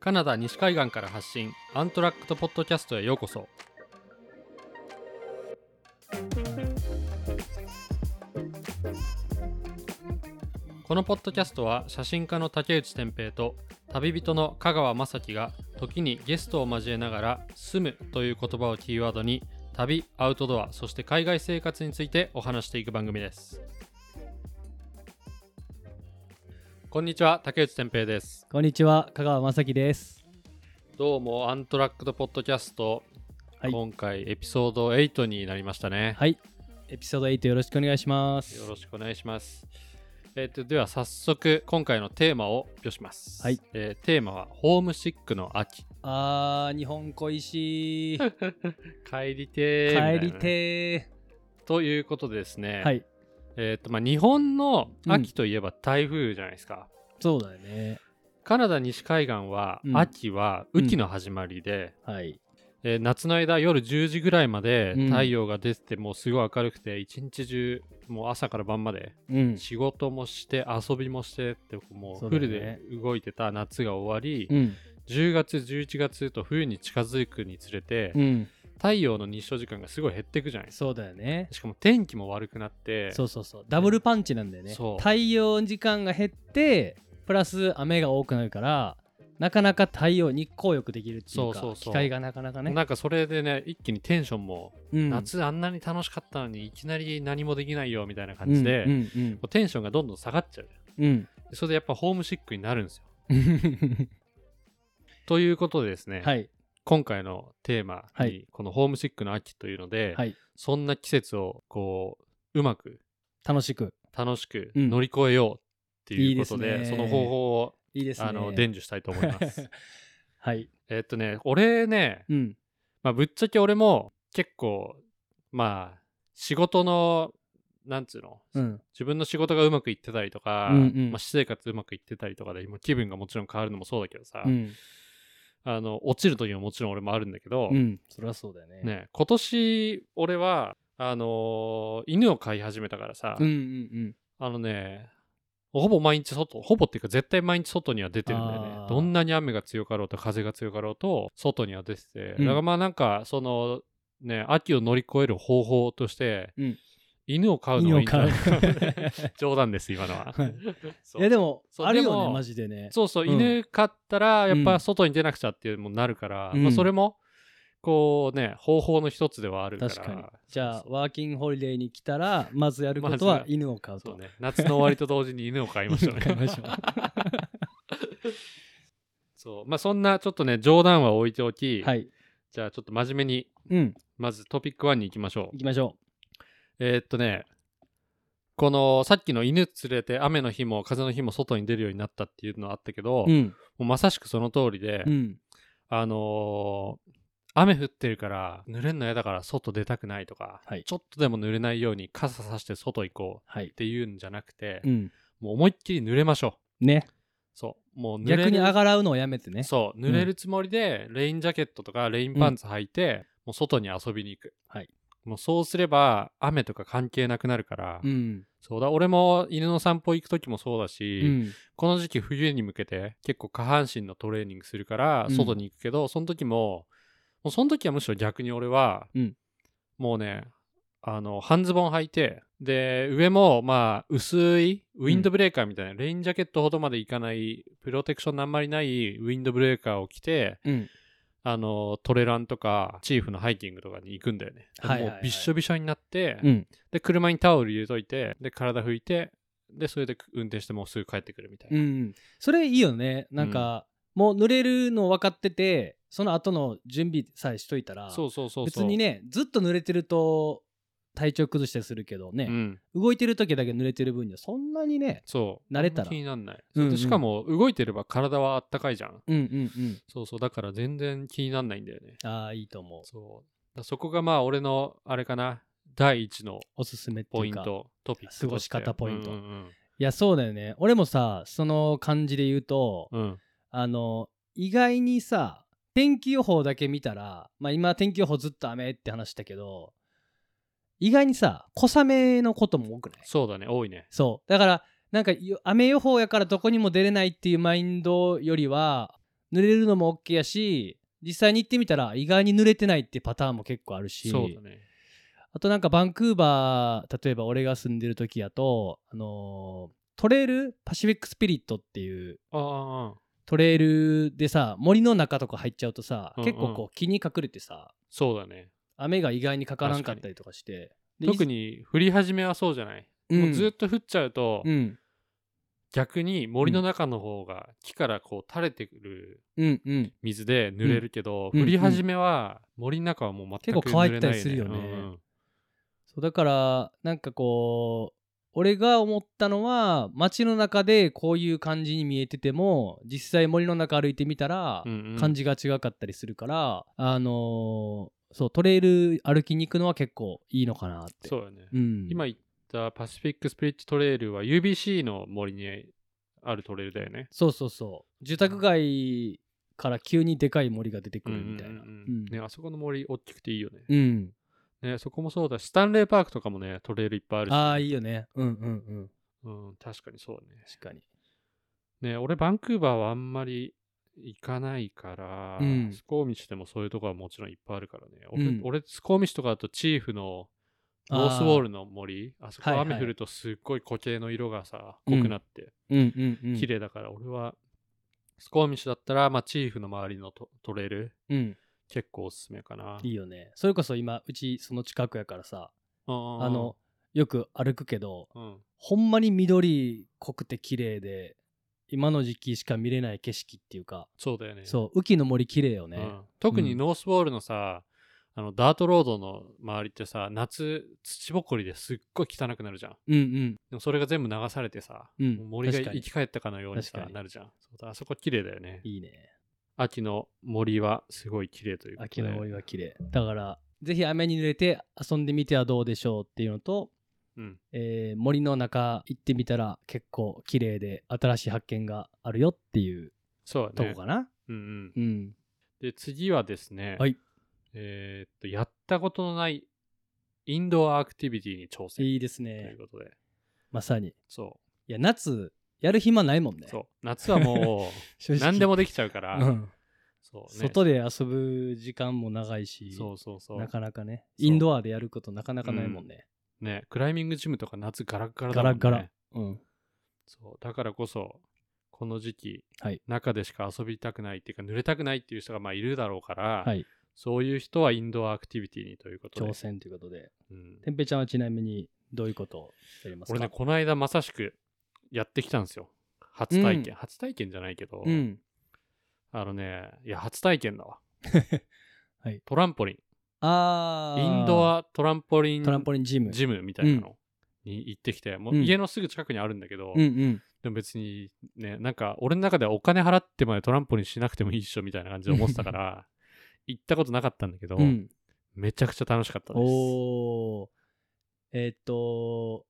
カナダ西海岸から発信アントラックとポッドキャストへようこそこのポッドキャストは写真家の竹内天平と旅人の香川雅樹が時にゲストを交えながら「住む」という言葉をキーワードに旅アウトドアそして海外生活についてお話していく番組ですこんにちは竹内天平ですこんにちは、香川雅樹です。どうもアントラックドポッドキャスト、はい今回エピソード8になりましたね、はい、エピソード8よろしくお願いします。よろしくお願いしますえっとでは早速今回のテーマを発表します、はいえーテーマはホームシックの秋あー、日本恋しい。帰帰りてーみたいりなねてということでですね、ー。はい、えっとまあ、日本の秋といえば台風じゃないですか、そうだよね。カナダ西海岸は、うん秋は雨季の始まりで、はい。えー夏の間夜10時ぐらいまでうん太陽が出ててもうすごい明るくて一日中もう朝から晩までうん。仕事もして遊びもしてってもうそうフだよルねで動いてた夏が終わり、うん。 10月11月と冬に近づくにつれて、うん。太陽の日照時間がすごい減っていくじゃないですかそうだよね。しかも天気も悪くなってそうそうそう。ダブルパンチなんだよね。そう太陽時間が減って、プラス雨が多くなるから、なかなか太陽日光浴できるっていうか、そうそうそう機会がなかなかね。なんかそれでね一気にテンションも、うん夏あんなに楽しかったのにいきなり何もできないよみたいな感じで、うこんうんうテンションがどんどん下がっちゃううん。でそれでやっぱホームシックになるんですようん。ということで ですね、はい。今回のテーマに、はいこのホームシックの秋というので、はい。そんな季節をこううまく楽しく。楽しくうん乗り越えようっていうことで,、いいですそねの方法を、いいですね。あの伝授したいと思います はい。えっとね俺ね、うん。まあ、ぶっちゃけ俺も結構まあ仕事のなんつうの、うん。自分の仕事がうまくいってたりとか、うんうんまあ、私生活うまくいってたりとかでもう気分がもちろん変わるのもそうだけどさ、うん。あの落ちる時ももちろん俺もあるんだけど、うん。そりゃそうだよね。。ね、今年俺はあのー犬を飼い始めたからさ、うんうんあのねほぼ毎日外ほぼっていうか絶対毎日外には出てるんだよあねーどんなに雨が強かろうと風が強かろうと外には出てて、うんだからまあなんかそのね秋を乗り越える方法として、うん犬を飼う。うんの犬がいいをんじゃ飼なうい。 冗談です今のは はいそいうやでも、そうあるでよもね、マジでね。そうそう、うん犬飼ったらやっうぱん外に出なくちゃっていうのもなるから、うんまあ、それもこうね方法の一つではあるから確かに。じゃあ、ワーキングホリデーに来たら、まずやることまはず犬を飼うそと。 うね夏の終わりと同時に犬を飼いました飼いまねし ょうそうまあそんなちょっとね冗談は置いておき、はい。じゃあちょっと真面目にうん。まずトピック1に行きましょう行きましょえーっとねこのさっきの犬連れて雨の日も風の日も外に出るようになったっていうのはあったけど、う。うもん。うまさしくその通りで、うん。あのー雨降ってるから濡れんの嫌だから外出たくないとか、はいちょっとでも濡れないように傘さして外行こうはいっ。ていうんじゃなくて、うん。もう思いっきり濡れましょうね。そうもう濡れる逆に上がらうのをやめてね。そう濡れるつもりで、レインジャケットとかレインパンツ履いて、もう外に遊びに行く、はいもうそうすれば雨とか関係なくなるから、うん。そうだ俺も犬の散歩行く時もそうだうし、ん。この時期冬に向けて結構下半身のトレーニングするからうん外に行くけど、その時ももうその時はむしろ逆に俺は、うんもうねあの半ズボン履いてで上もまあ薄いウィンドブレーカーみたいな、レインジャケットほどまでいかないプロテクションのあんまりないウィンドブレーカーを着てうん。あのトレランとかチーフのハイキングとかに行くんだよね、ではいはいはいもうびっしょびしょになって、うん。で車にタオル入れといてで体拭いてでそれで運転してもうすぐ帰ってくるみたいな。うん。それいいよね。なんか、もう濡れるの分かってて、その後の準備さえしといたら、そうそうそうそう別にねずっと濡れてると体調崩したりするけどうね、ん動いてる時だけ濡れてる分にはそんなにねそう慣れたらあんま気になんない、うんうんしかも動いてれば体はあったかいじゃんうんうんうんそうそうだから全然気になんないんだよねああいいと思うそうだそこがまあ俺のあれかな第一のおすすめってポいイうンかトトピックとして過ごし方ポイントうんうんいやそうだよね俺もさその感じで言うと、うん、うんあの意外にさ天気予報だけ見たらまあ今天気予報ずっと雨って話したけど意外にさ小雨のことも多くないそうだね多いねそうだからなんかよ雨予報やからどこにも出れないっていうマインドよりは濡れるのも OK やし実際に行ってみたら意外に濡れてないってパターンも結構あるしそうだね。あとなんかバンクーバー例えば俺が住んでる時やと、あのートレイルパシフィックスピリットっていうああああ、トレイルでさ森の中とか入っちゃうとさ、うんうん結構こう木に隠れてさそうだね。雨が意外にかからんかったりとかしてで特いに降り始めはそうじゃない。うんもうずっと降っちゃうと、うん逆に森の中の方が木からこう垂れてくるうんうん水で濡れるけど、うん降り始めは森の中はもう全く結構乾いてた濡れりないするよねうんそうだからなんかこう俺が思ったのは街の中でこういう感じに見えてても実際森の中歩いてみたらうんうんうん感じが違かったりするから、あのーそうトレイル歩きに行くのは結構いいのかなってそうだね、うん、今言ったパシフィックスピリットトレイルは UBC の森にあるトレイルだよね。そうそうそう住宅街から急にでかい森が出てくるみたいなうううんんうんんね、あそこの森大きくていいよね,、うんね。そこもそうだし、スタンレーパークとかもね、トレイルいっぱいあるし、ああいいよねうんうんうんうん、確かにそうだね。確かにね、俺、バンクーバーはあんまり行かないから、うんスコーミッシュでもそういうとこはもちろんいっぱいあるからね。う俺、ん俺スコーミッシュとかだとチーフのあノーースウォールの森、あそこはいはい雨降るとすっごい固形の色がさ、うん濃くなって、うんうんうん綺麗だから、俺は、スコーミッシュだったら、まあ、チーフの周りのトトレイル、うん結構おすすめかな。いいよねそれこそ今うちその近くやからさうんあの、よく歩くけどうん、ほんまに緑濃くて綺麗で今の時期しか見れない景色っていうか、そうだよね。そう雨季の森綺麗よね、うん特にうんノースウォールのさ、あのダートロードの周りってさ夏土ぼこりですっごい汚くなるじゃんうん、うんでもそれが全部流されてさ、うんもう森が確か生にき返ったかのように確さかになるじゃんそうだあそこ綺麗だよねいいね秋の森はすごい綺麗ということで秋の森は綺麗だからぜひ雨に濡れて遊んでみてはどうでしょうっていうのと、うんえー森の中行ってみたら結構綺麗で新しい発見があるよっていうそうとだねこかな、うんうんうんで次はですね、はいえーっとやったことのないインドアアクティビティに挑戦いいですといねうことでまさにそいや夏やる暇ないもんねうそう夏はも 正う直何でもできちゃうから、うんそうね外で遊ぶ時間も長いしそうそうそうなかなかねそうインドアでやることなかなかないもんね、ね、クライミングジムとか夏ガラッガラだガもんラね。ガラうんそう、だからこそ、この時期、はい中でしか遊びたくないっていうか、濡れたくないっていう人がまあいるだろうから、はいそういう人はインドアアクティビティにということで。挑戦ということでうんてんぺいちゃんはちなみにどういうことをやりますか俺ね、この間まさしくやってきたんですよ。初体験。初体験じゃないけど、うん。あのね、いや、初体験だわ はいトランポリン。あーインドアトランポリントランポリンジムジムみたいなのに行ってきて、もううん家のすぐ近くにあるんだけど、うんうんでも別にね、なんか俺の中ではお金払ってまでトランポリンしなくてもいいっしょみたいな感じで思ってたから、 行ったことなかったんだけど、うんめちゃくちゃ楽しかったです。おーえーっと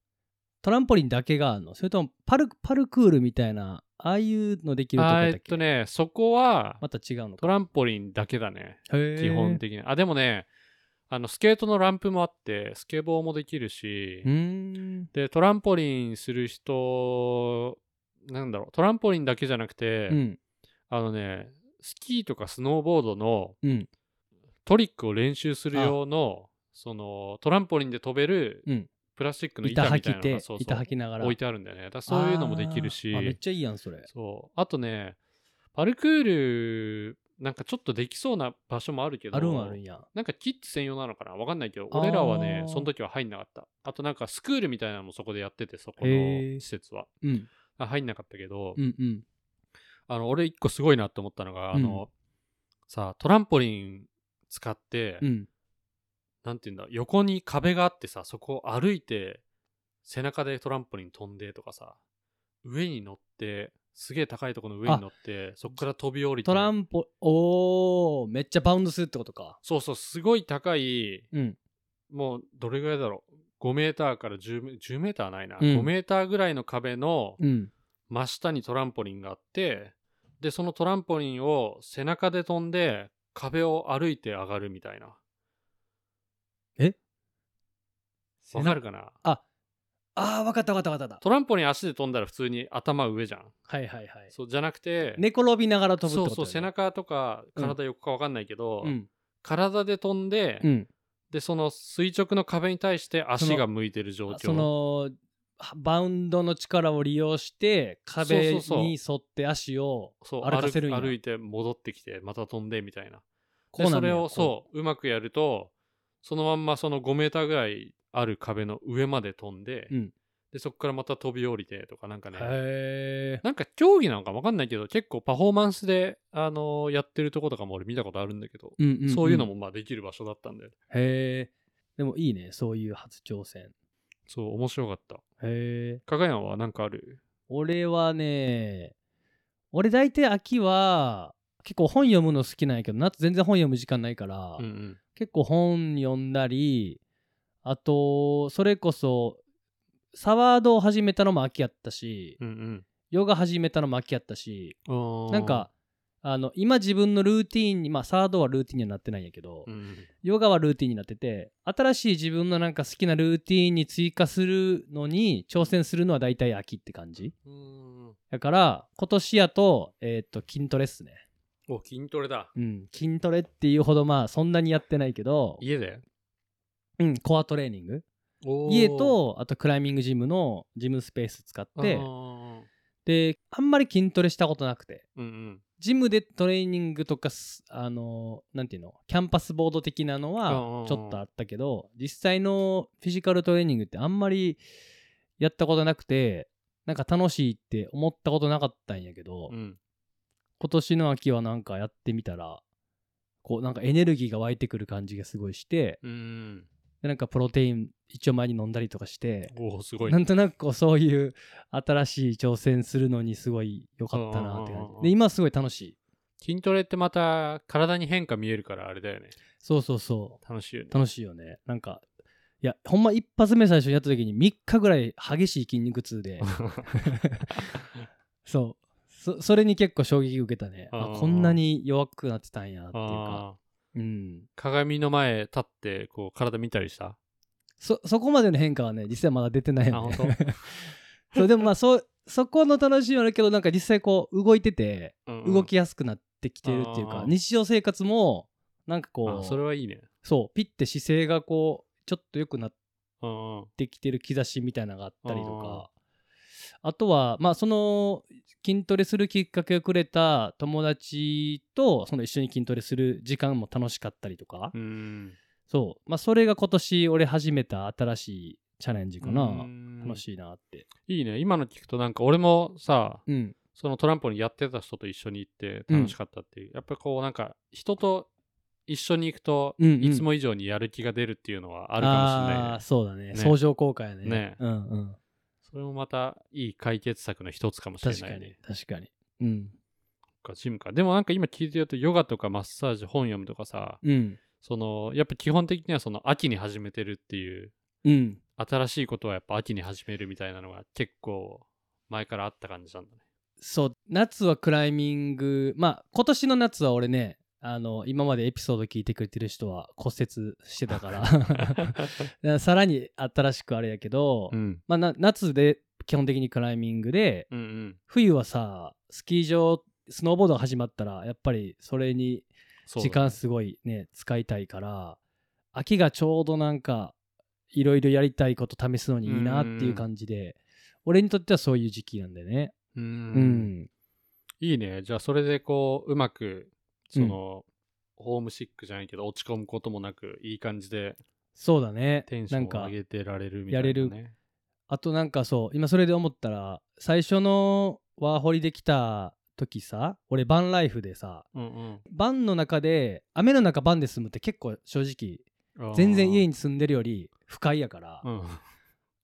トランポリンだけがあるのそれともパルパルクールみたいなああいうのできるとこあーだっえたっっけとね、そこはまた違うのトかランポリンだけだね、基基本的に。あ、でもね、あのスケートのランプもあって、スケボーもできるしう、ーんで、トランポリンする人、なんだろう、トランポリンだけじゃなくて、うんあのね、スキーとかスノーボードのうんトリックを練習する用のそのトランポリンで飛べるうんプラスチックの板板みたい吐きなのてがそう板そう吐きながら置いてあるんだよね。だからそういうのもできるしあーあめっちゃいいやんそれそうあとねパルクールなんかちょっとできそうな場所もあるけどあるんあるんやなんかキッズ専用なのかなわかんないけどあー俺らはねその時は入んなかったあとなんかスクールみたいなのもそこでやっててそこのへー施設はうんあ入んなかったけど、うんうんあの俺一個すごいなって思ったのが、うんあのさトランポリン使って、うんなんていうんだ、横に壁があってさ、そこを歩いて、背中でトランポリン飛んでとかさ、上に乗って、すげえ高いところの上に乗って、そこから飛び降りて。トランポおーめっちゃバウンドするってことかそうそう、すごい高い、うんもうどれぐらいだろう。5メーターから10メ ,10 メーターはないな、うん5メーターぐらいの壁のうん真下にトランポリンがあって、で、そのトランポリンを背中で飛んで、壁を歩いて上がるみたいな。えわかるかなあああ、わかったわかったわかった。トランポリン足で飛んだら普通に頭上じゃんはいはいはい。そうじゃなくて寝転びながら飛ぶってそこうとそう背中とか体横か分かんないけど、うん。体で飛んで、うん。でその垂直の壁に対して足が向いてる状況その、バウンドの力を利用して、壁そうそうそうに沿って足をそう歩かせるんや。歩歩いて戻ってきてまた飛んでみたいなこでうなそんねれやをそううまくやるとそのまんまその5メーターぐらいある壁の上まで飛んで,、うんでそこからまた飛び降りてとかなんかうね、へえ。なんか競技なのか分かんないけど結構パフォーマンスで、あのーやってるとことかも俺見たことあるんだけど、うんんんそういうの。もまあできる場所だったんでへえ。でもいいね、そういう初挑戦。そう面白かったへえ。加賀山はなんかある俺はね、俺大体秋は、結構本読むの好きなんやけど、夏全然本読む時間ないから、うんうん結構本読んだりあとそれこそサワードを始めたのも秋やったしうんヨガ始めたのも秋やったしうんなんかあの今自分のルーティーンにまあサワードはルーティーンにはなってないんやけど、うんうんヨガはルーティーンになってて新しい自分のなんか好きなルーティーンに追加するのに挑戦するのは大体秋って感じうんだから今年やと,、えーっと筋トレっすね、お筋トレだうん、筋トレっていうほどまあそんなにやってないけど、家でうん、コアトレーニングおー家とあとクライミングジムのジムスペース使っあてーであんまり筋トレしたことなくてうんうんジムでトレーニングとかすあのなんていうのキャンパスボード的なのうんうんうはんちょっとあったけど実際のフィジカルトレーニングってあんまりやったことなくてなんか楽しいって思ったことなかったんやけど、うん今年の秋はなんかやってみたらこうなんかエネルギーが湧いてくる感じがすごいしてうんでなんかプロテイン一応前に飲んだりとかしておおすごいなんとなくこうそういう新しい挑戦するのにすごい良かったなってうんうん感うんうんじで今すごい楽しい筋トレってまた体に変化見えるからあれだよねそうそうそ楽しいよねう楽しいよねなんかいやほんま一発目最初やった時に3日ぐらい激しい筋肉痛 でそうそそれに結構衝撃受けたねうんあうんこんなに弱くなってたんやっていうかあーうん鏡の前立ってこう体見たりしたそそこまでの変化はね実際まだ出てないよねあ本 そうでもまあそうそこの楽しみはあるけどなんか実際こう動いててうんうん動きやすくなってきてるっていうか、うん日常生活もなんかこあうそれはいいねそうピッて姿勢がこうちょっと良くなっうんうんてきてる兆しみたいなのがあったりとかあとはまあその筋トレするきっかけをくれた友達とその一緒に筋トレする時間も楽しかったりとか、うんそうまあそれが今年俺始めた新しいチャレンジかな、うん楽しいなっていいね今の聞くとなんか俺もさうんそのトランポリンやってた人と一緒に行って楽しかったっていう、やっぱこうなんか人と一緒に行くとうんうんいつも以上にやる気が出るっていうのはああるかもしれないね、ーそうだねね相乗効果やねねうんうんそれもまたいい解決策の一つかもしれ確なかいにね確かにうんかジムかでもなんか今聞いてるとヨガとかマッサージ本読むとかさうんそのやっぱ基本的にはその秋に始めてるっていううん新しいことはやっぱ秋に始めるみたいなのが結構前からあった感じなんだね。そう夏はクライミングまあ今年の夏は俺ねあの今までエピソード聞いてくれてる人は骨折してたから だ からさらに新しくあれやけど、うん。まあ、な夏で基本的にクライミングでうんうん。冬はさスキー場スノーボードが始まったらやっぱりそれにそうだね時間すごいね使いたいから秋がちょうどなんかいろいろやりたいこと試すのにいいなっていう感じで俺にとってはそういう時期なんでねう。うんんいいね。じゃあそれでこう、うまく、その、ホームシックじゃないけど、落ち込むこともなく、いい感じでそうだねテンシなョンんを上かげてられるみたいな、ね。やれるあとなんかそう今それで思ったら最初のワーホリで来た時さ俺バンライフでさうんバンの中で雨の中バンで住むって結構正直うん。全然家に。に住んでるより不快やからうん。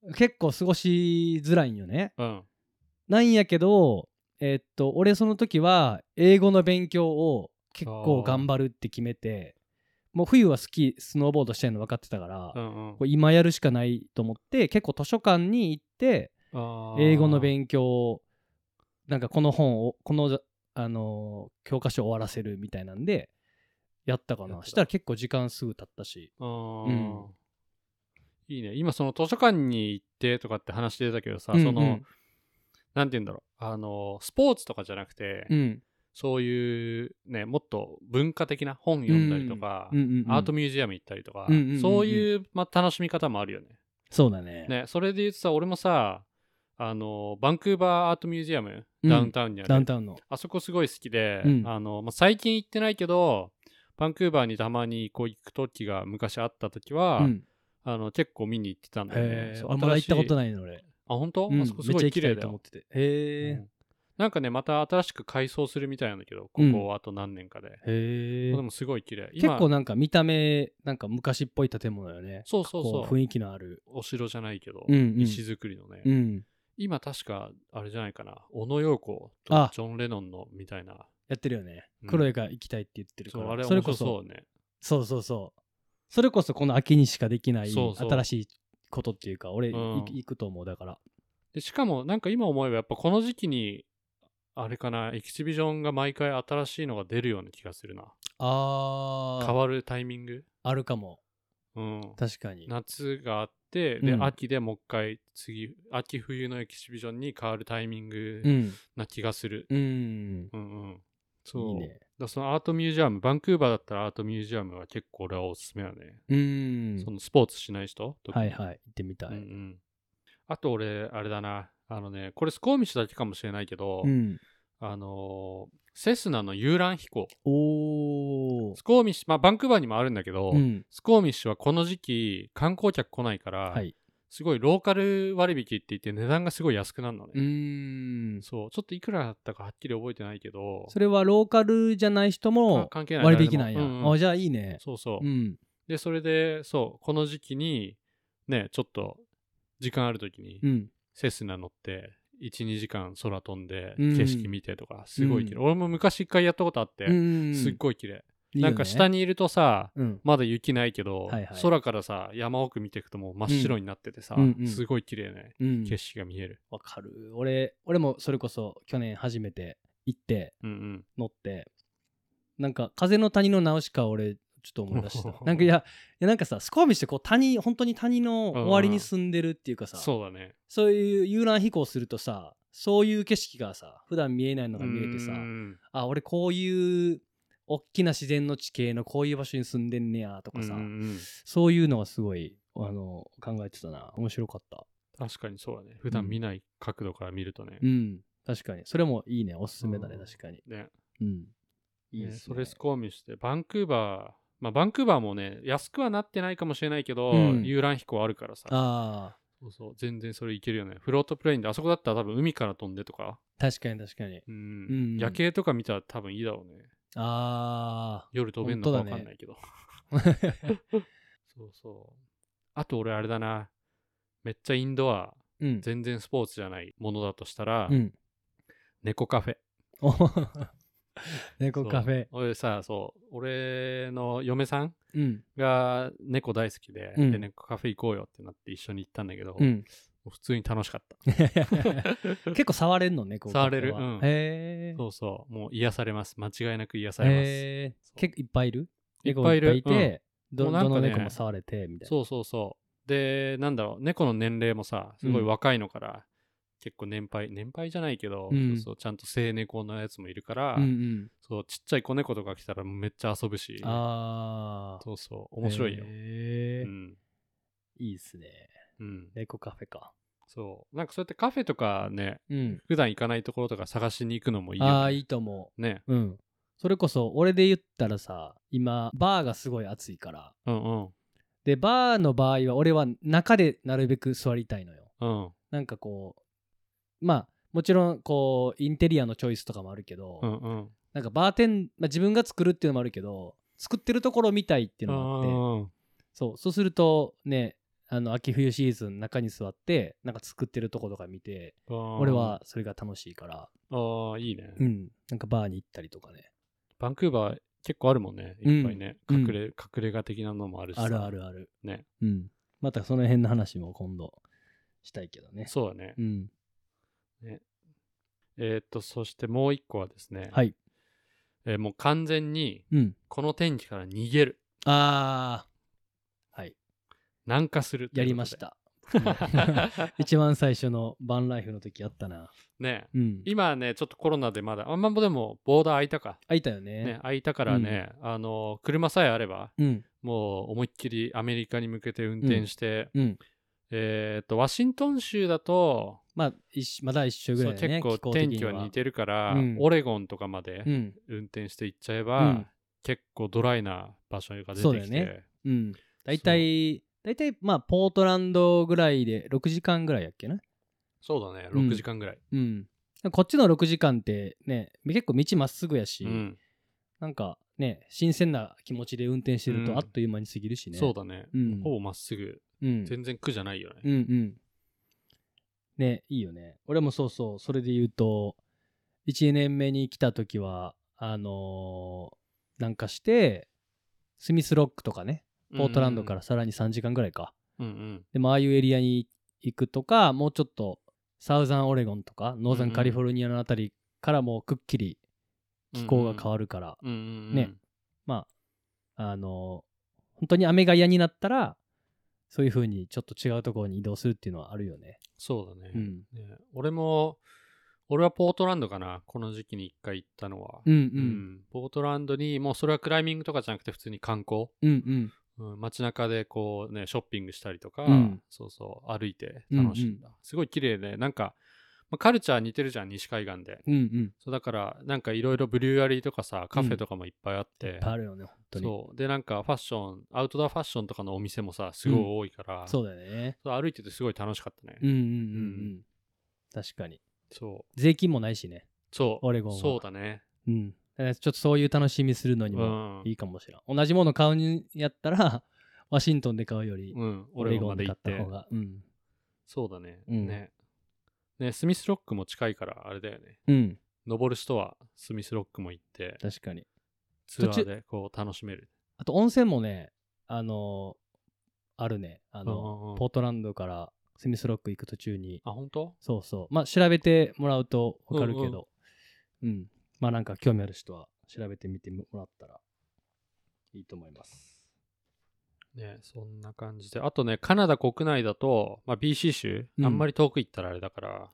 うん。結構過ごしづらいんよねなんやけど、えっと、俺その時は英語の勉強を結構頑張るって決めて、もう冬はスキー、スノーボードしたいの分かってたから、うんうんこう今やるしかないと思って、結構図書館に行って、あー英語の勉強を、なんかこの本を、この、あのー教科書を終わらせるみたいなんで、やったかやっな。たしたら結構時間すぐ経ったし。あーういいね。今、その図書館に行ってとかって話出たけどさ、うんうんその、なんて言うんだろう。あの、スポーツとかじゃなくて、うんそういう、ね、もっと文化的な本読んだりとか、うんうんうんアートミュージアム行ったりとか、うんうんうんうんそういう、まあ、楽しみ方もあるよね。そうだねね、それで言うとさ、俺もさ、あの、バンクーバーアートミュージアム、うんダウンタウンにある。ダウンタウンのあそこすごい好きで、うんあのまあ、最近行ってないけど、バンクーバーにたまにこう行く時が昔あった時は、うんあの結構見に行ってたんだよねえ。ー俺まだ行ったことい。ないの俺あ、本当、うんあそこすごい綺麗めっちゃ行きただいと思よっ。ててへうえんなんかね、また新しく改装するみたいなんだけど、ここをあと何年かで。へえでもすごい綺麗。結今構なんか見た目なんか昔っぽい建物よねそうそうこそうう。雰囲気のあるお城じゃないけど、うんうん石造りのね。うん今確か、あれじゃないかな。小野洋子とあジョン・レノンのみたいな。やってるよねうん黒いが行きたいって言ってるかそう、あられそれ面こ白そそうね。そうそうそう。それこそこの秋にしかできないそうそう新しいことっていうか、俺いうん行くと思うだから。でしかもなんか今思えばやっぱこの時期にあれかなエキシビジョンが毎回新しいのが出るような気がするなあ変わるタイミング、あるかも。うん、確かに。夏があってで、うん秋でもう一回次秋冬のエキシビジョンに変わるタイミングうん。な気がする、うん。うん、うんそういいね。だそのアートミュージアムバンクーバーだったらアートミュージアムは結構俺はおすすめだね、うんそ。のスポーツしない人とか、はいはい。行ってみたうんうい。ん、あと俺あれだなあのねこれスコーミッシュだけかもしれないけど、うん。あのーセスナの遊覧飛行。おースコーミッシュ、まあ、バンクーバーにもあるんだけど、うん。スコーミッシュはこの時期、観光客来ないから、はい。すごいローカル割引って言って値段がすごい安くなるのね。うん。そう、ちょっといくらだったかはっきり覚えてないけど、それはローカルじゃない人あも関係ない割引な誰んでもうんうや。んあ、じゃあいいね。そうそう、うん。で、それで、そう、この時期に、ね、ちょっと時間ある時に、うん。セスナ乗って、1、2時間空飛んで、うん景色見てとか、すごい綺麗、俺も昔一回やったことあって、うんすっごい綺麗、いいよなねんか下にいるとさ、うん。まだ雪ないけど、はいはい空からさ山奥見ていくともう真っ白になっててさ、うんうんすごい綺麗ねうん。景色が見える、わかる。俺、俺もそれこそ去年初めて行って、うんうん、乗ってなんか「風の谷のナウシカ」俺ちょっと思い出した なんかいやいやなんかさスコーミッシュってこう谷本当に谷の終わりに住んでるっていうかさ、そうだねそういう遊覧飛行するとさそういう景色がさ普段見えないのが見えてさうんあ俺こういう大きな自然の地形のこういう場所に住んでんねやとかさ、うんうんそういうのはすごいあの考えてたな面白かった確かにそうだね普段見ない角度から見るとね,、うん確かにそれもいいねおすすめだね、うん確かにねうんいいです、そね、れスコーミッシュでバンクーバーまあバンクーバーもね安くはなってないかもしれないけど、うん遊覧飛行あるからさあそうそう全然それいけるよねフロートプレインであそこだったら多分海から飛んでとか、ー確かに確かにうんうん夜景とか見たら多分いいだろうねあ夜飛べんのかわ本当かだねんないけど、 そうそうあと俺あれだなめっちゃインドアーうん。全然スポーツじゃないものだとしたら、うん。 猫カフェお猫カフェ。そう俺さそう俺の嫁さんうん。が猫大好きで,、うんで猫カフェ行こうよってなって一緒に行ったんだけど、うん。 普通に楽しかった結構触れんの猫カフェは触れるうんへえ。そうそうもう癒されます間違いなく癒されます、へえそう結構いっぱいいるいっ猫ぱがいいいっるぱいいて、どもどうなんかねの猫も触れて、みたいな。そうそうそうでなんだろう猫の年齢もさすごいうん若いのから、結構年配年配じゃないけど、うんそうそうちゃんと成猫のやつもいるから、うんうん。そうちっちゃい子猫とか来たらめっちゃ遊ぶしああ。そうそう面白いよ、へうえ。んいいっすね。うん、猫カフェか。そうなんかそうやってカフェとかねうん。普段行かないところとか探しに行くのもいいよねああ、いいと思ねう。うん。それこそ、俺で言ったらさ、今、バーがすごい暑いから。うんうんで、バーの場合は、俺は中でなるべく座りたいのよ。うんなんかこうまあもちろんこうインテリアのチョイスとかもあるけど、うんうんなんかバーテン、まあ、自分が作るっていうのもあるけど作ってるところを見たいっていうのもあってうんそうそうするとねあの秋冬シーズン中に座ってなんか作ってるとことか見て俺はそれが楽しいからああいいね、うんなんかバーに行ったりとかねバンクーバー結構あるもんねいっぱいね、うん隠れ隠れ家的なのもあるしさあるあるあるねうんまたその辺の話も今度したいけどねそうだねうんえーっとそしてもう一個はですね、はいえーもう完全にうんこの天気から逃げるああはい南下するとやいうことでりました。 一番最初のバンライフの時あったな。ねうん。今ねちょっとコロナでまだあんまでもボーダー空いたか、あいたよね。ね、空いたからね、あの車さえあればうん。もう思いっきりアメリカに向けて運転して、うん。えーっとワシントン州だと、まあ、一緒まだ一緒ぐそらういだね。結構天気は似る。てるから、うんオレゴンとかまでうん。運転して行っちゃえば、うん結構ドライな場所が出そうてだきよて、ねうん。大体、大体、まあ、ポートランドぐらいで6時間ぐらいやっけな。そうだねうん6時間ぐらい、うん。こっちの6時間ってね、結構道まっすぐやし、うんなんかね、新鮮な気持ちで運転してるうとんあっという間に過ぎるしね。そうだね、うんほぼまっすぐうん。全然苦じゃないよね、うんうん。ね、いいよね。俺もそうそう、それで言うと、1年目に来た時は、あのーなんかして、スミスロックとかね、ポートランドからさらに3時間ぐらいか。うんうんでも、ああいうエリアに行くとか、もうちょっと、サウザンオレゴンとか、ノーザンカリフォルニアのあたりからもうくっきり気候が変わるから、うんうんうんねまあ、あのー本当に雨が嫌になったら、そういう風にちょっと違うところに移動するっていうのはあるよね。そうだね,、うん。ね俺も俺はポートランドかなこの時期に一回行ったのは、うんう。うんポートランドにもうそれはクライミングとかじゃなくて普通に観光、うんうん。うん、街中でこうねショッピングしたりとか、うんそうそう歩いて楽しんだ、すごい綺麗でなんか、まあ、カルチャー似てるじゃん西海岸でうんうん。そうだからなんかいろいろブリュアリーとかさカフェとかもいっぱいあって、いっぱいあるよね、本当に。そうでなんかファッションアウトドアファッションとかのお店もさすごい多いから、そうだよね。そう歩いててすごい楽しかったね、うんうんうんううん。確かに。そう税金もないしね。そうオレゴンはそうだねうん。だからちょっとそういう楽しみするのにもうんいいかもしれん。同じもの買うんやったら、ワシントンで買うより、うん、オオレレゴンゴまンでで行買っったて方が。うん。そうだね,、うんねねスミスロックも近いからあれだよねうん。登る人はスミスロックも行って確かに。ツア途中ーでこう楽しめるあと温泉もね、あのーあるね。あうんうんうのん、ポートランドからスミスロック行く途中に、あ本当そうそう。まあ、調べてもらうとわかるけど、うん、まあ、なんか興味ある人は調べてみてもらったらいいと思います。ねそんな感じであとねカナダ国内だと、まあ、BC 州、うんあんまり遠く行ったらあれだから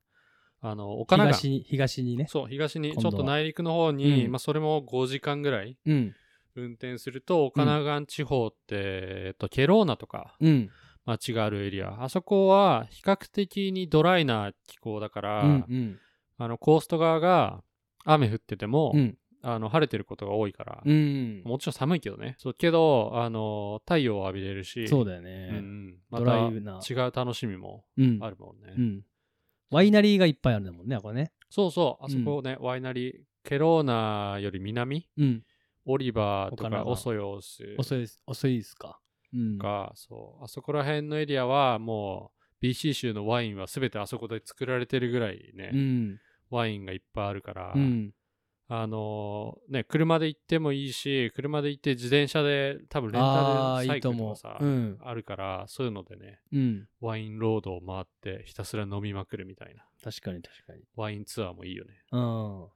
あの岡永東に、東にね。そう東に今ちょ度っとは内陸の方に、うんまあ、それも5時間ぐらいうん。運転すると岡永川地方って、えっと、ケローナとかうん。街があるエリアあそこは比較的にドライな気候だから、うん。うん。あのコースト側が雨降ってても、うん。あの晴れてることが多いから、うん。もちろん寒いけどねそうけどあの太陽を浴びれるしそうだようんうね。んまドライブなた違う楽しみもうん。あるもんね、うん。ワイナリーがいっぱいあるんだもんね、これね。そうそうあそこね、ワイナリーケローナより南うん。オリバーと岡か永オソヨース遅いです、遅いですか。うん。とか、そうあそこら辺のエリアはもう BC 州のワインは全てあそこで作られてるぐらいね、うん。ワインがいっぱいあるから、うん。あのーね車で行ってもいいし車で行って自転車で多分レンあタあルー、サいいイとクルと思かうさ。うん。あるからそういうのでねうん。ワインロードを回ってひたすら飲みまくるみたいな確かに確かに。ワインツアーもいいよね、うん。うん、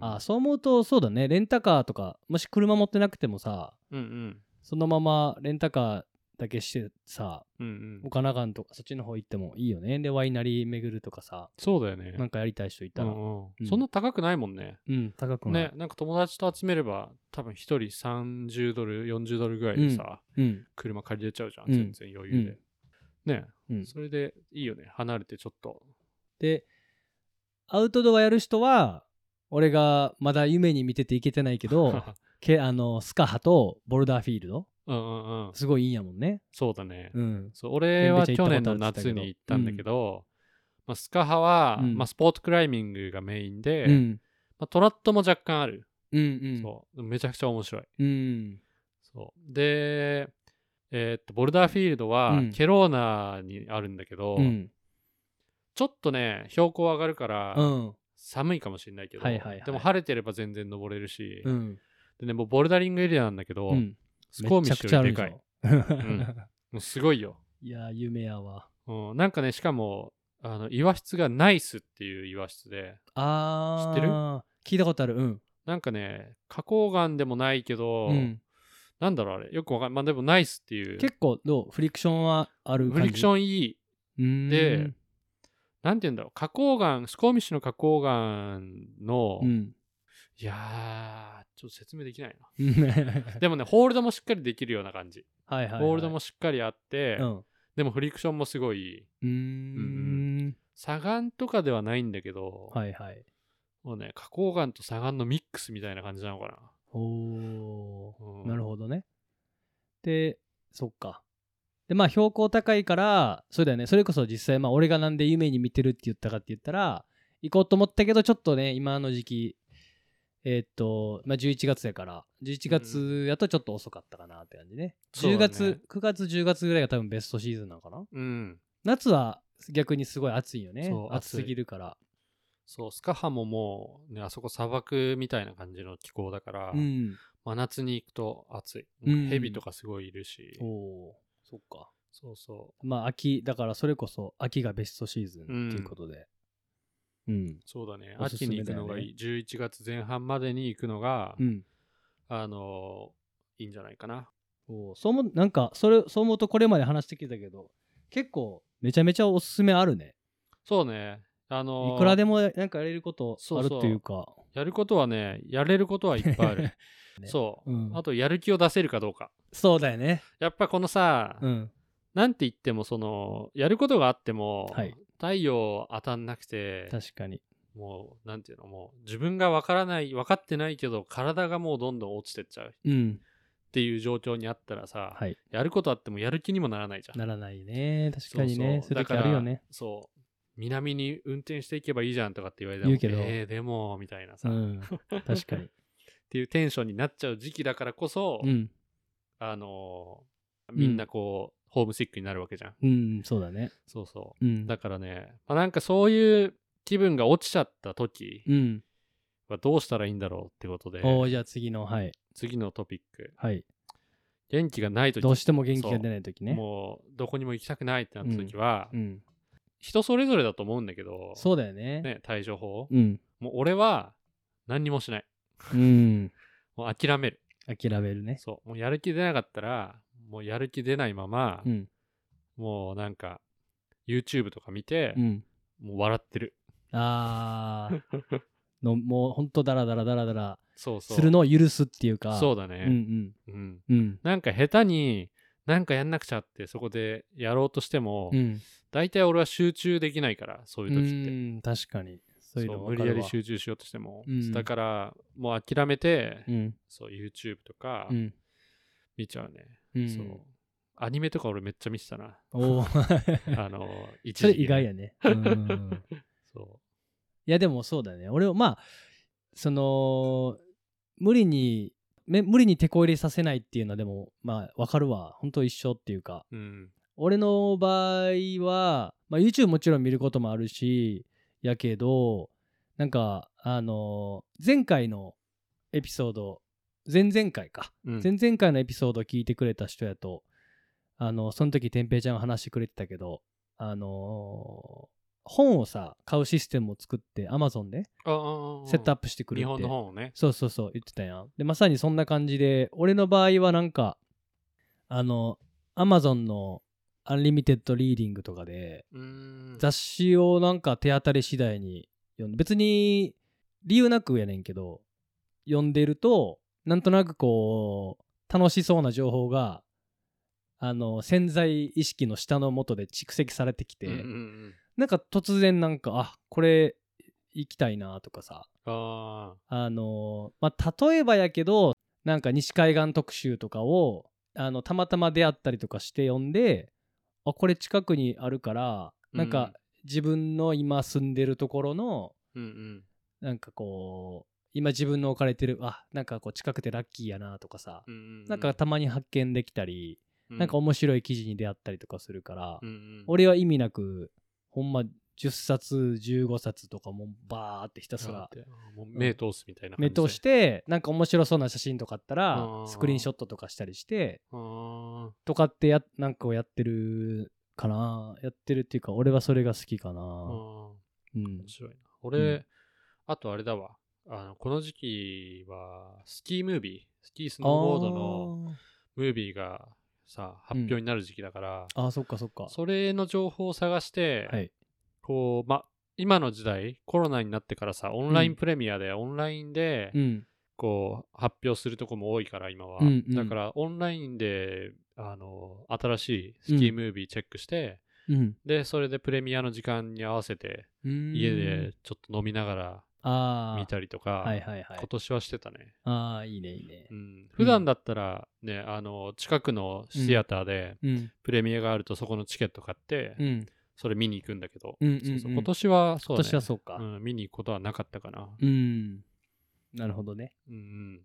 あーそう思うとそうだねレンタカーとかもし車持ってなくてもさうんうんそのままレンタカーだけしてさうんうん岡永とかそっちの方行ってもいいよねでワイナリー巡るとかさそうだよねなんかやりたい人いたらううん、んうんうんそんな高くないもんね、高くない、ねなんか友達と集めれば多分1人30ドル40ドルぐらいでさ、うん車借りれちゃうじゃん、うん全然余裕で、ねうん、それでいいよね離れてちょっとでアウトドアやる人は俺がまだ夢に見てて行けてない けう どけあのスカハとボルダーフィールドんうんうんすごいいいんやもんねそうだね、うんそう俺はベンベ去ーち年ゃんの行ったことあるって夏言ってたけどに行ったんだけど、まあ、スカハは、うんまあ、スポーツクライミングがメインで、うんまあ、トラットも若干ある、うんうんそうめちゃくちゃ面白いうんそうで、えーっとボルダーフィールドはうんケローナにあるんだけど、うんちょっとね標高上がるから、うん寒いかもしれないけど、はいはいはいでも晴れてれば全然登れるし、うんでねもうボルダリングエリアなんだけど、うんスコーミッシュよりでかいめちもゃくちゃあるんんでですしょうすごいよ、いやー、夢やわ。うん、なんかねしかもあの岩質がナイスっていう岩質であー。知ってる聞いたことある。うん。なんかね、花崗岩でもないけど、うんなんだろうあれよくわかんないまあでもナイスっていう結構どうフリクションはある感じフリクションンいいででなんて言うんだろう花崗岩スコーミッシュの花崗岩の、うんいやーちょっと説明できないなででもねホールドもしっかりできるような感じ はいはいはいホールドもしっかりあって、うんでもフリクションもすごいいいうーん砂岩とかではないんだけど、はいはいもうね花崗岩と砂岩のミックスみたいな感じなのかな、おーうんなるほどねでそっかでまあ標高高いからそうだよねそれこそ実際まあ俺がなんで夢に見てるって言ったかって言ったら行こうと思ったけどちょっとね今の時期えーっと、まあ、11月やから11月やとちょっと遅かったかなって感じね、そう10だね月、9月10月ぐらいが多分ベストシーズンなのかなうん夏は逆にすごい暑いよねそう暑す暑いぎるからそうスカハももう、ね、あそこ砂漠みたいな感じの気候だから、うん真夏に行くと暑い、うんヘビとかすごいいるしおおーそっかそうそまあ秋だからそれこそ秋がベストシーズンっていうことでうんうそうだねおすす秋めだに行よねくのがいい、11月前半までに行くのが、うん、あのいいんじゃないかなおーそう思うなんかそれそう思うとこれまで話してきたけど結構めちゃめちゃおすすめあるねそうねあのいくらでもなんかやれることそあうるそうっていうかやることはねやれることはいっぱいある、 ねそう、うんあとやる気を出せるかどうかそうだよねやっぱこのさ、うんなんて言ってもそのやることがあっても、はい太陽当たんなくて確かにもうなんていうのもう自分がわからない分かってないけど体がもうどんどん落ちてっちゃうっうんていう状況にあったらさ、はいやることあってもやる気にもならないじゃんならないね確かにねそうだいう時かあらるよねそう南に運転していけばいいじゃんとかって言われたら言うけどえー、でもみたいなさ、うっん確か にていうテンションになっちゃう時期だからこそ、うんあのーみんなこう、ホームシックになるわけじゃんうんそうだねそうそううんだからね、まあ、なんかそういう気分が落ちちゃった時うんはどうしたらいいんだろうってことで、おーじゃあ次のはい次のトピックはい元気がない時どうしても元気が出ない時ねもうどこにも行きたくないってなった時は、うん人それぞれだと思うんだけどそうだよねね、対処法、うんもう俺は何にもしないうんもう諦める諦めるねそうもうやる気出なかったらもうやる気出ないまま、うんもうなんか YouTube とか見て、うんもう笑ってるあーのもうほんとダラダラダラダラそうそうするのを許すっていうかそううだね、んうん、うんうんなんか下手になんかやんなくちゃってそこでやろうとしても、うん大体俺は集中できないからそういうう時ってん確かにそういうの無理やり集中しようとしても、うんだからもう諦めて、うんそう YouTube とかうん見ちゃうね、うんそうアニメとか俺めっちゃ見てた なおーあの一それ時期ね意外やねうんそいやでもそうだね俺はまあその無理にめ無理に手こ入れさせないっていうのはでもまあわかるわ本当一緒っていうかううん俺の場合は、まあ、YouTube もちろん見ることもあるしやけどなんかあの前回のエピソード前々回か、うん前々回のエピソードを聞いてくれた人やとあのその時天平ちゃんが話してくれてたけどあの本をさ買うシステムを作って Amazon でああセットアッップしてくる日っ本ての本をねそうそうそう言ってたやんでまさにそんな感じで俺の場合はなんかあのアマゾンのアンリミテッドリーディングとかでうーん雑誌をなんか手当たり次第に読んで別に理由なくやねんけど読んでるとなんとなくこう楽しそうな情報があの潜在意識の下の元で蓄積されてきて、うんうんうんなんか突然なんかあこれ行きたいなとかさああのまあ、例えばやけどなんか西海岸特集とかをあのたまたま出会ったりとかして読んであこれ近くにあるからなんうんか自分の今住んでるところのーうんうんなんかこう今自分の置かれてるあなんかこう近くてラッキーやなとかさうんうんなんかたまに発見できたりななんか面白い記事に出会ったりとかするからうんうん俺は意味なくほんま10冊15冊とかもうバーってひたすそうだらってもう目通すみたいな感目じで通してなんか面白そうな写真とかあったらうんスクリーンショットとかしたりしてあーとかってやなんかをやってるかなやってるっていうか俺はそれが好きかあなーうん面白いな俺、うんあとあれだわあのこの時期はスキームービースキースノーボードのムービーがさ発表になる時期だから、あーあーそっかそっかそれの情報を探して、はいこうま今の時代コロナになってからさオンラインプレミアで、オンラインでうんこう発表するとこも多いから今は、うんうんだからオンラインであの新しいスキームービーチェックして、うんでそれでプレミアの時間に合わせて家でちょっと飲みながあらあ見たりとか、はいはいはい今年はしてたね、ああいいねいいねうん、普段だったらねあの近くのシアターでうんプレミアがあるとそこのチケット買って、うんそれ見に行くんだけど、うんうんうんそうそう今年はそうだ今ね年はそうかうん、見に行くことはなかったかな、うんなるほどねうんうん